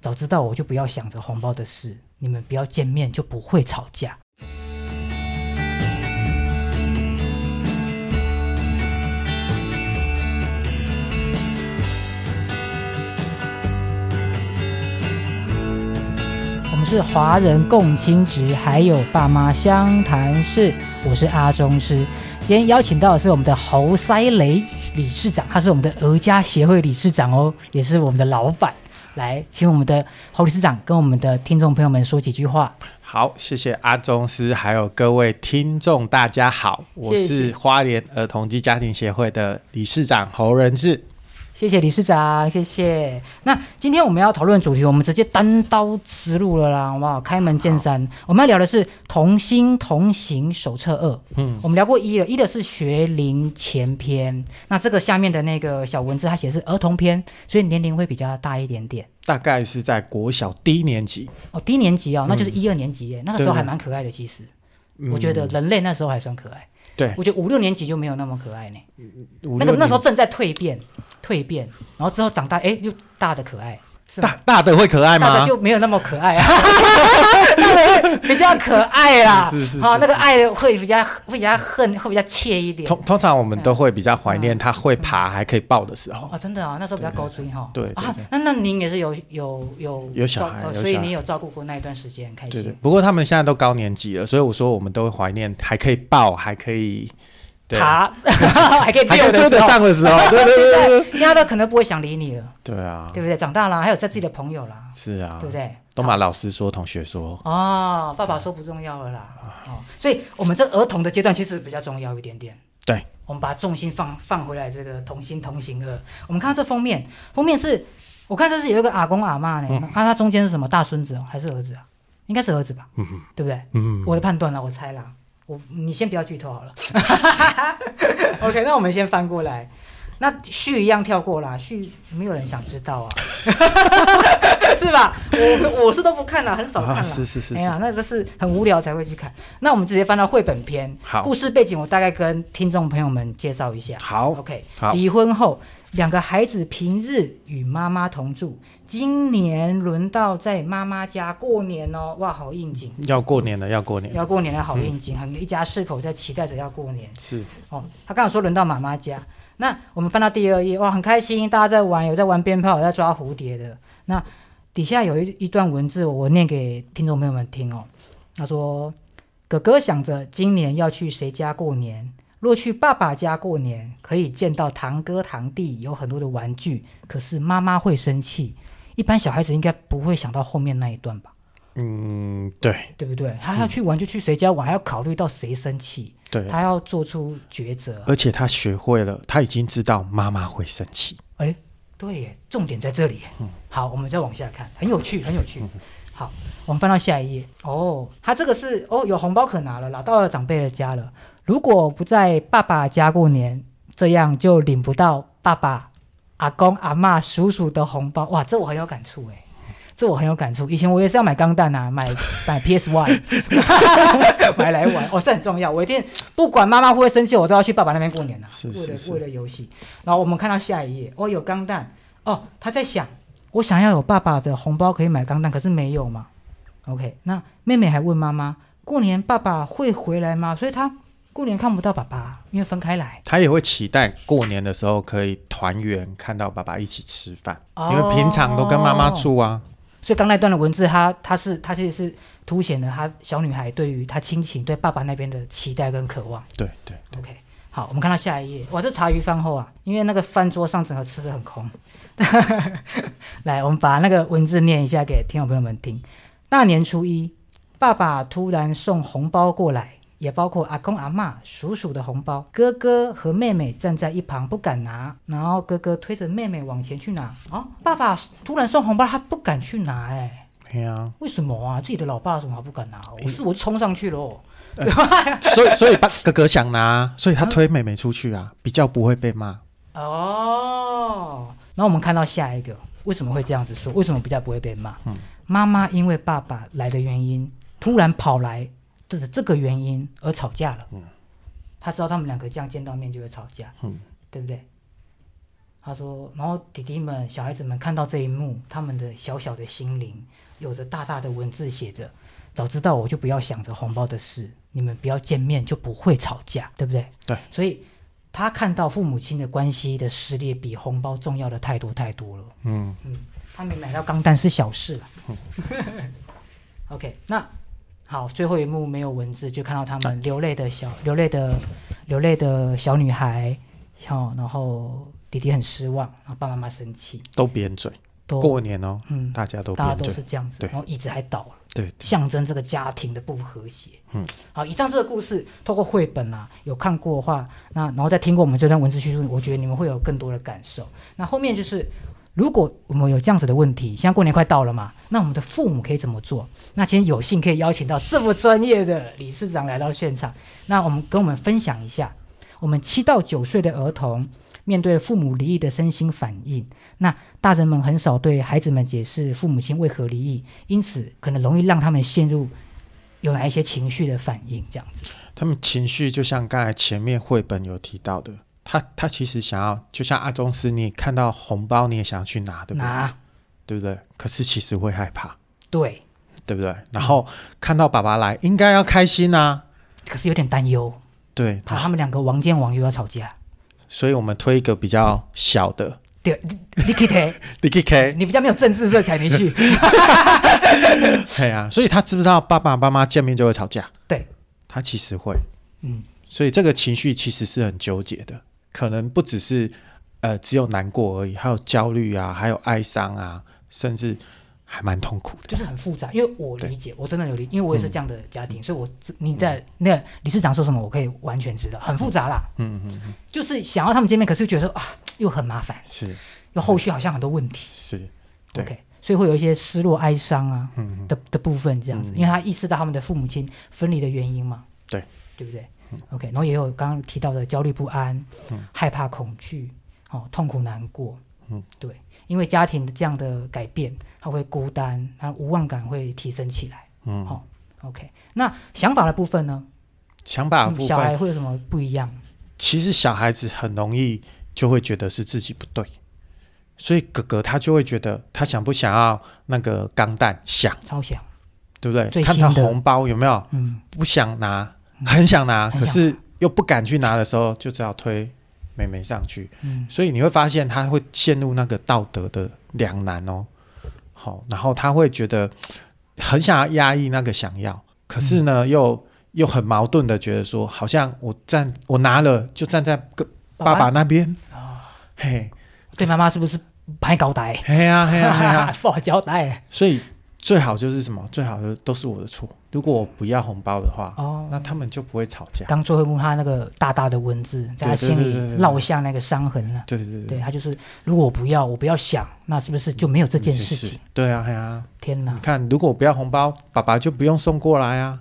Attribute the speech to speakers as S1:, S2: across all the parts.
S1: 早知道我就不要想着红包的事，你们不要见面就不会吵架。我们是华人共青值，还有爸妈湘潭市，我是阿中师。今天邀请到的是我们的侯塞雷理事长，他是我们的俄家协会理事长哦，也是我们的老板。来，请我们的侯理事长跟我们的听众朋友们说几句话。
S2: 好，谢谢阿宗师，还有各位听众，大家好，我是花莲儿童及家庭协会的理事长侯仁志。
S1: 谢谢理事长，谢谢。那今天我们要讨论主题，我们直接单刀直入了啦，好不好？开门见山，我们要聊的是《同心同行手册二》。嗯，我们聊过一了，一的是学龄前篇，那这个下面的那个小文字，它写的是儿童篇，所以年龄会比较大一点点。
S2: 大概是在国小低年级，
S1: 哦，低年级
S2: 嗯
S1: 哦，那就是一二年级耶，那个时候还蛮可爱的。其实，我觉得人类那时候还算可爱，
S2: 对，
S1: 我觉得五六年级就没有那么可爱呢。
S2: 哎五
S1: 那个
S2: 六
S1: 那时候
S2: 年
S1: 正在蜕变，蜕变，然后之后长大，哎，又大的可爱，是吗
S2: 大大的会可爱
S1: 大
S2: 吗
S1: 的？就没有那么可爱啊， 大的会比较可爱啦。
S2: 是是是
S1: 好，那个
S2: 是
S1: 爱会比较会比较恨，会比较怯一点。
S2: 通通常我们都会比较怀
S1: 嗯
S2: 念他会爬还可以抱的时候。
S1: 哦，真的啊，那时候比较高追哈。
S2: 对对
S1: 啊
S2: 对，
S1: 那那您也是有有有
S2: 有小
S1: 照
S2: 孩
S1: 呃
S2: 有
S1: 所以
S2: 小孩
S1: 你有照顾过那一段时间，很开
S2: 对对，
S1: 心。
S2: 不过他们现在都高年级了，所以我说我们都会怀念还可以抱，还可以对，
S1: 爬还可以
S2: 还可
S1: 溜
S2: 以追
S1: 的
S2: 得
S1: 时候，
S2: 上的时候，对对对对对，
S1: 现在都可能不会想理你了，
S2: 对啊
S1: 对，不对？长大了，还有在自己的朋友啦，
S2: 是啊，
S1: 对不对？
S2: 都把老师说，同学说，
S1: 哦，爸爸说不重要了啦。
S2: 啊
S1: 哦，所以我们这儿童的阶段其实比较重要一点点。
S2: 对，
S1: 我们把重心放放回来，这个同心同行二。我们看到这封面，封面是，我看这是有一个阿公阿妈呢，啊，他中间是什么大孙子哦，还是儿子啊？应该是儿子吧，
S2: 嗯
S1: 对不对？
S2: 嗯，
S1: 我的判断啦，我猜啦，我你先不要剧透好了。OK，那我们先翻过来，那序一样跳过啦，序没有人想知道啊， 是吧？我我是都不看啦，很少看啦。
S2: 啊，是是是
S1: 哎
S2: 是
S1: 呀，，那个是很无聊才会去看。那我们直接翻到绘本篇，
S2: 好
S1: 故事背景我大概跟听众朋友们介绍一下。
S2: 好
S1: OK，
S2: 好
S1: 离婚后，两个孩子平日与妈妈同住，今年轮到在妈妈家过年哦，哇，好应景，
S2: 要过年了，要过年了，
S1: 要过年了，好应景，很一家四口在期待着要过年。
S2: 是
S1: 哦，他刚好说轮到妈妈家，那我们翻到第二页，哇，很开心，大家在玩，有在玩鞭炮，有在抓蝴蝶的。那底下有一一段文字，我念给听众朋友们听哦。他说：“哥哥想着今年要去谁家过年，若去爸爸家过年，可以见到堂哥堂弟，有很多的玩具。可是妈妈会生气，一般小孩子应该不会想到后面那一段吧？
S2: 嗯，对
S1: 对不对？他要去玩就去谁家玩，还要考虑到谁生气，
S2: 对，
S1: 他要做出抉择啊、
S2: 而且他学会了，他已经知道妈妈会生气。
S1: 哎，对耶，重点在这里耶。好，我们再往下看，很有趣，很有趣。好，我们翻到下一页。哦，他这个是哦，有红包可拿了啦，到了长辈的家了。如果不在爸爸家过年，这样就领不到爸爸、阿公、阿嬷、叔叔的红包。哇，这我很有感触哎。这我很有感触，以前我也是要买钢弹啊，买 买 PS One，买来玩哦，这很重要。我一定不管妈妈会不会生气，我都要去爸爸那边过年啊，
S2: 是是是
S1: 为了为了游戏。然后我们看到下一页，哦，有钢弹，哦，他在想，我想要有爸爸的红包可以买钢弹，可是没有嘛。OK，那妹妹还问妈妈，过年爸爸会回来吗？所以她过年看不到爸爸，因为分开来。
S2: 他也会期待过年的时候可以团圆，看到爸爸一起吃饭，
S1: 哦
S2: 因为平常都跟妈妈住啊。
S1: 所以刚那段的文字，它它是它其实是凸显了她小女孩对于她亲情、对爸爸那边的期待跟渴望。
S2: 对对，
S1: OK，好，我们看到下一页，哇，这茶余饭后啊，因为那个饭桌上整个吃的很空。 来，我们把那个文字念一下给听众朋友们听。大年初一，爸爸突然送红包过来，也包括阿公阿嬷、叔叔的红包。哥哥和妹妹站在一旁不敢拿，然后哥哥推着妹妹往前去拿。哦，爸爸突然送红包，他不敢去拿、哎。
S2: 对 啊，
S1: 为什么啊？自己的老爸有什么好不敢拿？我是我就冲上去哦喽。
S2: 所以所以爸哥哥想拿，所以他推妹妹出去啊，比较不会被骂。
S1: 哦，然后我们看到下一个，为什么会这样子说？为什么比较不会被骂？妈妈因为爸爸来的原因，突然跑来，这是这个原因而吵架了。他知道他们两个这样见到面就会吵架，
S2: 嗯
S1: 对不对？他说，然后弟弟们、小孩子们看到这一幕，他们的小小的心灵有着大大的文字写着：早知道我就不要想着红包的事，你们不要见面就不会吵架，对不对？
S2: 对，
S1: 所以他看到父母亲的关系的撕裂比红包重要的太多太多了。
S2: 嗯，
S1: 嗯，他没买到钢弹是小事了。OK，那好，最后一幕没有文字，就看到他
S2: 啊
S1: 们流泪的小流泪的流泪的小女孩，好、然后弟弟很失望，然后爸爸妈妈生气，
S2: 都扁嘴，
S1: 都
S2: 过年哦，
S1: 嗯，
S2: 大家都
S1: 大家
S2: 扁
S1: 都
S2: 嘴
S1: 是，这样子，
S2: 对
S1: 然后椅子还倒了。
S2: 对，
S1: 象征这个家庭的不和谐。
S2: 嗯，
S1: 好，以上这个故事透过绘本啊，有看过的话，那然后再听过我们这段文字叙述，我觉得你们会有更多的感受。那后面就是，如果我们有这样子的问题，现在过年快到了嘛，那我们的父母可以怎么做？那今天有幸可以邀请到这么专业的理事长来到现场，那我们跟我们分享一下，我们七到九岁的儿童。面对父母离异的身心反应，那大人们很少对孩子们解释父母亲为何离异，因此可能容易让他们陷入有哪一些情绪的反应，这样子。
S2: 他们情绪就像刚才前面绘本有提到的，他他其实想要，就像阿宗斯，你看到红包你也想要去拿，对不对？
S1: 拿
S2: 对不对？可是其实会害怕，
S1: 对，
S2: 对不对？然后看到爸爸来，应该要开心啊，
S1: 可是有点担忧，
S2: 对。
S1: 怕他们两个王见王又要吵架。
S2: 所以我们推一个比较小的
S1: 对， 你你可以提
S2: l i k K，
S1: 你比较没有政治色彩，没 去。
S2: 对啊，所以他知不知道爸爸妈妈见面就会吵架？
S1: 对，
S2: 他其实会，
S1: 嗯，
S2: 所以这个情绪其实是很纠结的，可能不只是呃只有难过而已，还有焦虑啊，还有哀伤啊，甚至还蛮痛苦的。
S1: 就是很复杂，因为我理解，我真的有理，因为我也是这样的家
S2: 嗯
S1: 庭，所以我知你在那个理事长说什么，我可以完全知道，很复杂啦。
S2: 嗯嗯嗯，
S1: 就是想要他们见面，可是觉得说啊，又很麻烦，
S2: 是
S1: 又后续好像很多问题。
S2: 是，对
S1: OK，所以会有一些失落、哀伤啊
S2: 嗯嗯
S1: 的的部分这样子，因为他意识到他们的父母亲分离的原因嘛，
S2: 对
S1: 对不对？OK，然后也
S2: 嗯
S1: 有刚刚提到的焦虑不安、害怕、恐惧、哦痛苦、难过，
S2: 嗯，
S1: 对，因为家庭的这样的改变，他会孤单，他无望感会提升起来。
S2: 嗯，
S1: 好 OK，那想法的部分呢？
S2: 想法的
S1: 嗯
S2: 部
S1: 小
S2: 分
S1: 孩会有什么不一样？
S2: 其实小孩子很容易就会觉得是自己不对，所以哥哥他就会觉得他想不想要那个钢蛋想，
S1: 超想，
S2: 对不
S1: 最
S2: 对？看
S1: 新
S2: 到
S1: 的
S2: 红包有没有
S1: 嗯，
S2: 不想拿，嗯很想拿，
S1: 很
S2: 可
S1: 想
S2: 是又不敢去拿的时候，就只好推妹妹上去。
S1: 嗯
S2: 所以你会发现他会陷入那个道德的两难哦。好，然后他会觉得很想要压抑那个想要，可是呢，又又很矛盾的觉得说，好像我站我拿了就站在个爸哦爸那边，嘿，
S1: 对妈妈是不是拍高 呆？
S2: 嘿呀、嘿呀、嘿呀、
S1: 不好交代
S2: 所以最好就是什么？最好的都是我的错。如果我不要红包的话，
S1: 哦。
S2: 那他们就不会吵架。
S1: 刚最后一幕，他那个大大的文字在他
S2: 对对
S1: 心
S2: 对对
S1: 里
S2: 对
S1: 烙下那个伤痕了。
S2: 对对对
S1: 对他就是，如果我不要，我不要想，那是不是就没有这件事
S2: 是
S1: 情？。
S2: 对啊，哎呀、
S1: 天
S2: 你
S1: 哪，
S2: 看，如果我不要红包，爸爸就不用送过来啊。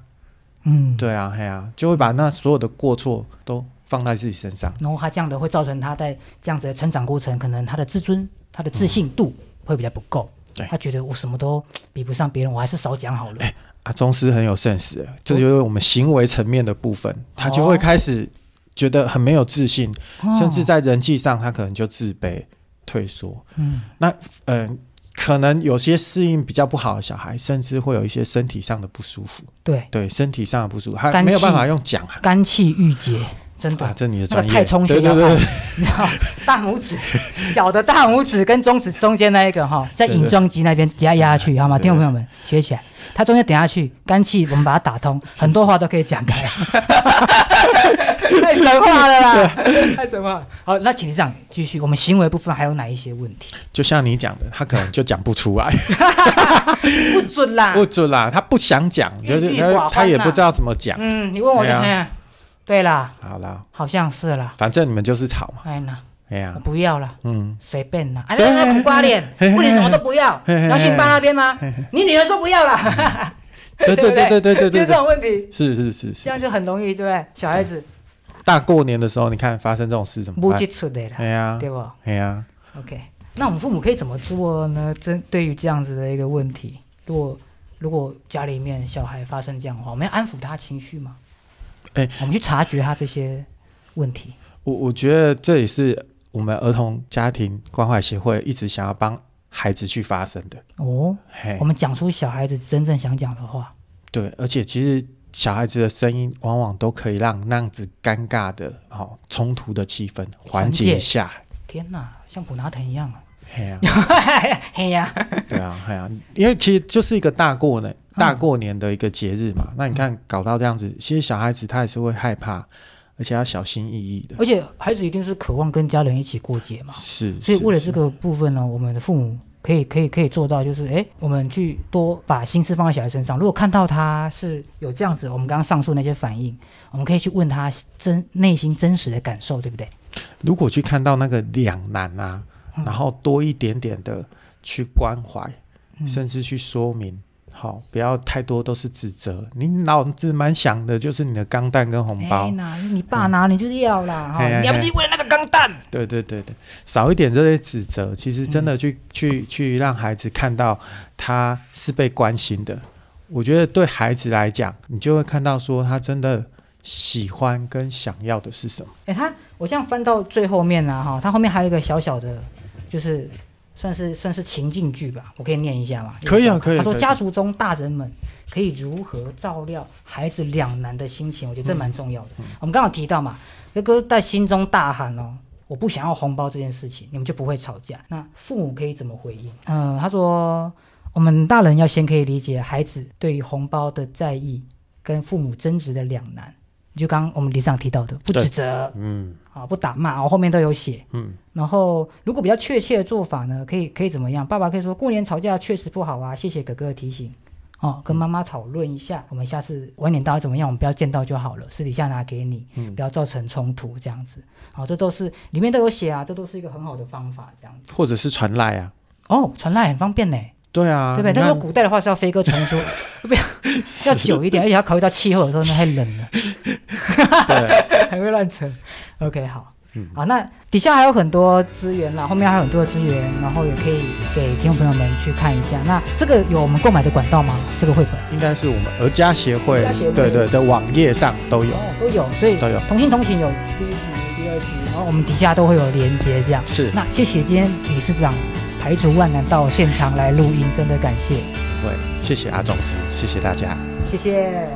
S1: 嗯，。
S2: 对啊，哎呀、就会把那所有的过错都放在自己身上。
S1: 然后他这样的会造成他在这样子的成长过程，可能他的自尊、他的自信度会比较不够。
S2: 嗯对
S1: 他觉得我什么都比不上别人，我还是少讲好了。
S2: 啊，宗师很有 sense，欸这就是我们行为层面的部分，他就会开始觉得很没有自信，
S1: 哦
S2: 甚至在人际上他可能就自卑、退缩。
S1: 嗯，
S2: 嗯、可能有些适应比较不好的小孩，甚至会有一些身体上的不舒服。
S1: 对，
S2: 对，身体上的不舒服，他
S1: 肝
S2: 没有办
S1: 气
S2: 法用讲啊。
S1: 肝气郁结，真的。
S2: 啊，这你的
S1: 那
S2: 专
S1: 个
S2: 业，
S1: 太冲
S2: 对
S1: 血
S2: 对
S1: 要
S2: 对
S1: 按，你知 道，大拇指、脚的大拇指跟中指中间那一个哈，在
S2: 对对
S1: 引状肌那边底下压下去，好吗？
S2: 对
S1: 听众朋友们，学起来，它中间点下去，肝气我们把它打 通，很多话都可以讲开。太神话了啦，太神话了。好，那请你长继续，我们行为部分还有哪一些问题？
S2: 就像你讲的，他可能就讲 不出来，
S1: 不准啦
S2: 不！准啦，他不想讲，就
S1: 郁
S2: 是
S1: 郁寡欢
S2: 他
S1: 啊
S2: 他也不知道怎么讲。
S1: 嗯，你问我
S2: 哎呀
S1: 怎么样？对啦，
S2: 好啦，
S1: 好像是啦。
S2: 反正你们就是吵嘛，
S1: 哎呀，
S2: 哎呀
S1: 我，不要了。
S2: 嗯，
S1: 随便啦，啊，
S2: 对
S1: 那那苦瓜脸，
S2: 嘿嘿
S1: 问你什么都不要，
S2: 嘿嘿嘿
S1: 然后去你爸那边 吗？你女儿说不要啦，
S2: 对对对对对对
S1: 就是
S2: 对
S1: 这，种问题，
S2: 是是是
S1: 这
S2: 是，
S1: 样就很容易，对不对？小孩子
S2: 大过年的时候，你看发生这种事怎么
S1: 不
S2: 办
S1: 接？触的啦，
S2: 哎呀，
S1: 对不
S2: 哎呀，
S1: ？OK，那我们父母可以怎么做呢？针对于这样子的一个问题，如果如果家里面小孩发生这样的话，我们要安抚他情绪吗？
S2: 哎
S1: 我们去察觉他这些问题，
S2: 我我觉得这也是我们儿童家庭关怀协会一直想要帮孩子去发声的。
S1: 哦，
S2: 嘿
S1: 我，们讲出小孩子真正想讲的话，
S2: 对，而且其实小孩子的声音往往都可以让那样子尴尬的、哦冲突的气氛缓
S1: 缓
S2: 解
S1: 解
S2: 一下来。
S1: 天哪，像普拿藤一样 啊！
S2: 嘿啊，
S1: 嘿呀，
S2: 对啊，嘿啊，因为其实就是一个大过
S1: 嗯
S2: 呢，大过年的一个节日嘛。那你看搞到这样子，其实小孩子他也是会害怕，而且要小心翼翼的。
S1: 而且孩子一定是渴望跟家人一起过节嘛，
S2: 是，
S1: 所以为了
S2: 是
S1: 这个部分呢，我们的父母可以可以可以做到，就是哎，我们去多把心思放在小孩身上。如果看到他是有这样子，我们刚刚上述那些反应，我们可以去问他真内心真实的感受，对不对？
S2: 如果去看到那个两难啊，然后多一点点的去关怀，
S1: 嗯
S2: 甚至去说明，好，不要太多都是指责。你脑子蛮想的就是你的钢蛋跟红包
S1: 哎，那你爸拿你就是要啦，
S2: 嘿嘿
S1: 哈，你要不就是为了那个钢蛋，
S2: 对对对对，少一点这些指责，其实
S1: 嗯
S2: 真的去、去去让孩子看到他是被关心的。我觉得对孩子来讲，你就会看到说他真的喜欢跟想要的是什么。
S1: 哎、他我这样翻到最后面呢、哈，他后面还有一个小小的，就是算是算是情境剧吧，我可以念一下吗？
S2: 可以啊可以
S1: 他说
S2: 可以
S1: 家族中大人们可以如何照料孩子两难的心情，我觉
S2: 嗯
S1: 得这蛮重要的。啊我们刚好提到嘛，哥哥在心中大喊哦。我不想要红包这件事情，你们就不会吵架。那父母可以怎么回应？嗯，他说，我们大人要先可以理解孩子对于红包的在意，跟父母争执的两难。就刚刚我们李长提到的，不指
S2: 对
S1: 责，
S2: 嗯
S1: 啊，不打骂，我后面都有写。
S2: 嗯，
S1: 然后如果比较确切的做法呢，可以可以怎么样？爸爸可以说过年吵架确实不好啊，谢谢哥哥的提醒。哦，
S2: 嗯
S1: 跟妈妈讨论一下，我们下次晚点到底怎么样，我们不要见到就好了，私底下拿给你，
S2: 嗯
S1: 不要造成冲突这样子。好、这都是里面都有写啊，这都是一个很好的方法这样子。
S2: 或者是传赖啊，
S1: 哦，传赖很方便呢，
S2: 对啊，
S1: 对不对？
S2: 你
S1: 但是
S2: 看
S1: 古代的话是要飞鸽传书，不要要久一点，而且要考虑到气候的时候，那太冷了， 还会乱扯。OK，好，
S2: 嗯
S1: 好，那底下还有很多资源啦，后面还有很多的资源，然后也可以给听众朋友们去看一下。那这个有我们购买的管道吗？这个绘本
S2: 应该是我们儿家协会，
S1: 儿家协会
S2: 对对的网页上都有，
S1: 哦都有，所以
S2: 都有
S1: 同心同行有第一集、第二集，然后我们底下都会有连接这样。
S2: 是
S1: 那谢谢今天理事长排除万难到现场来录音，真的感谢，
S2: 对，谢谢阿总师，谢谢大家。
S1: 谢谢。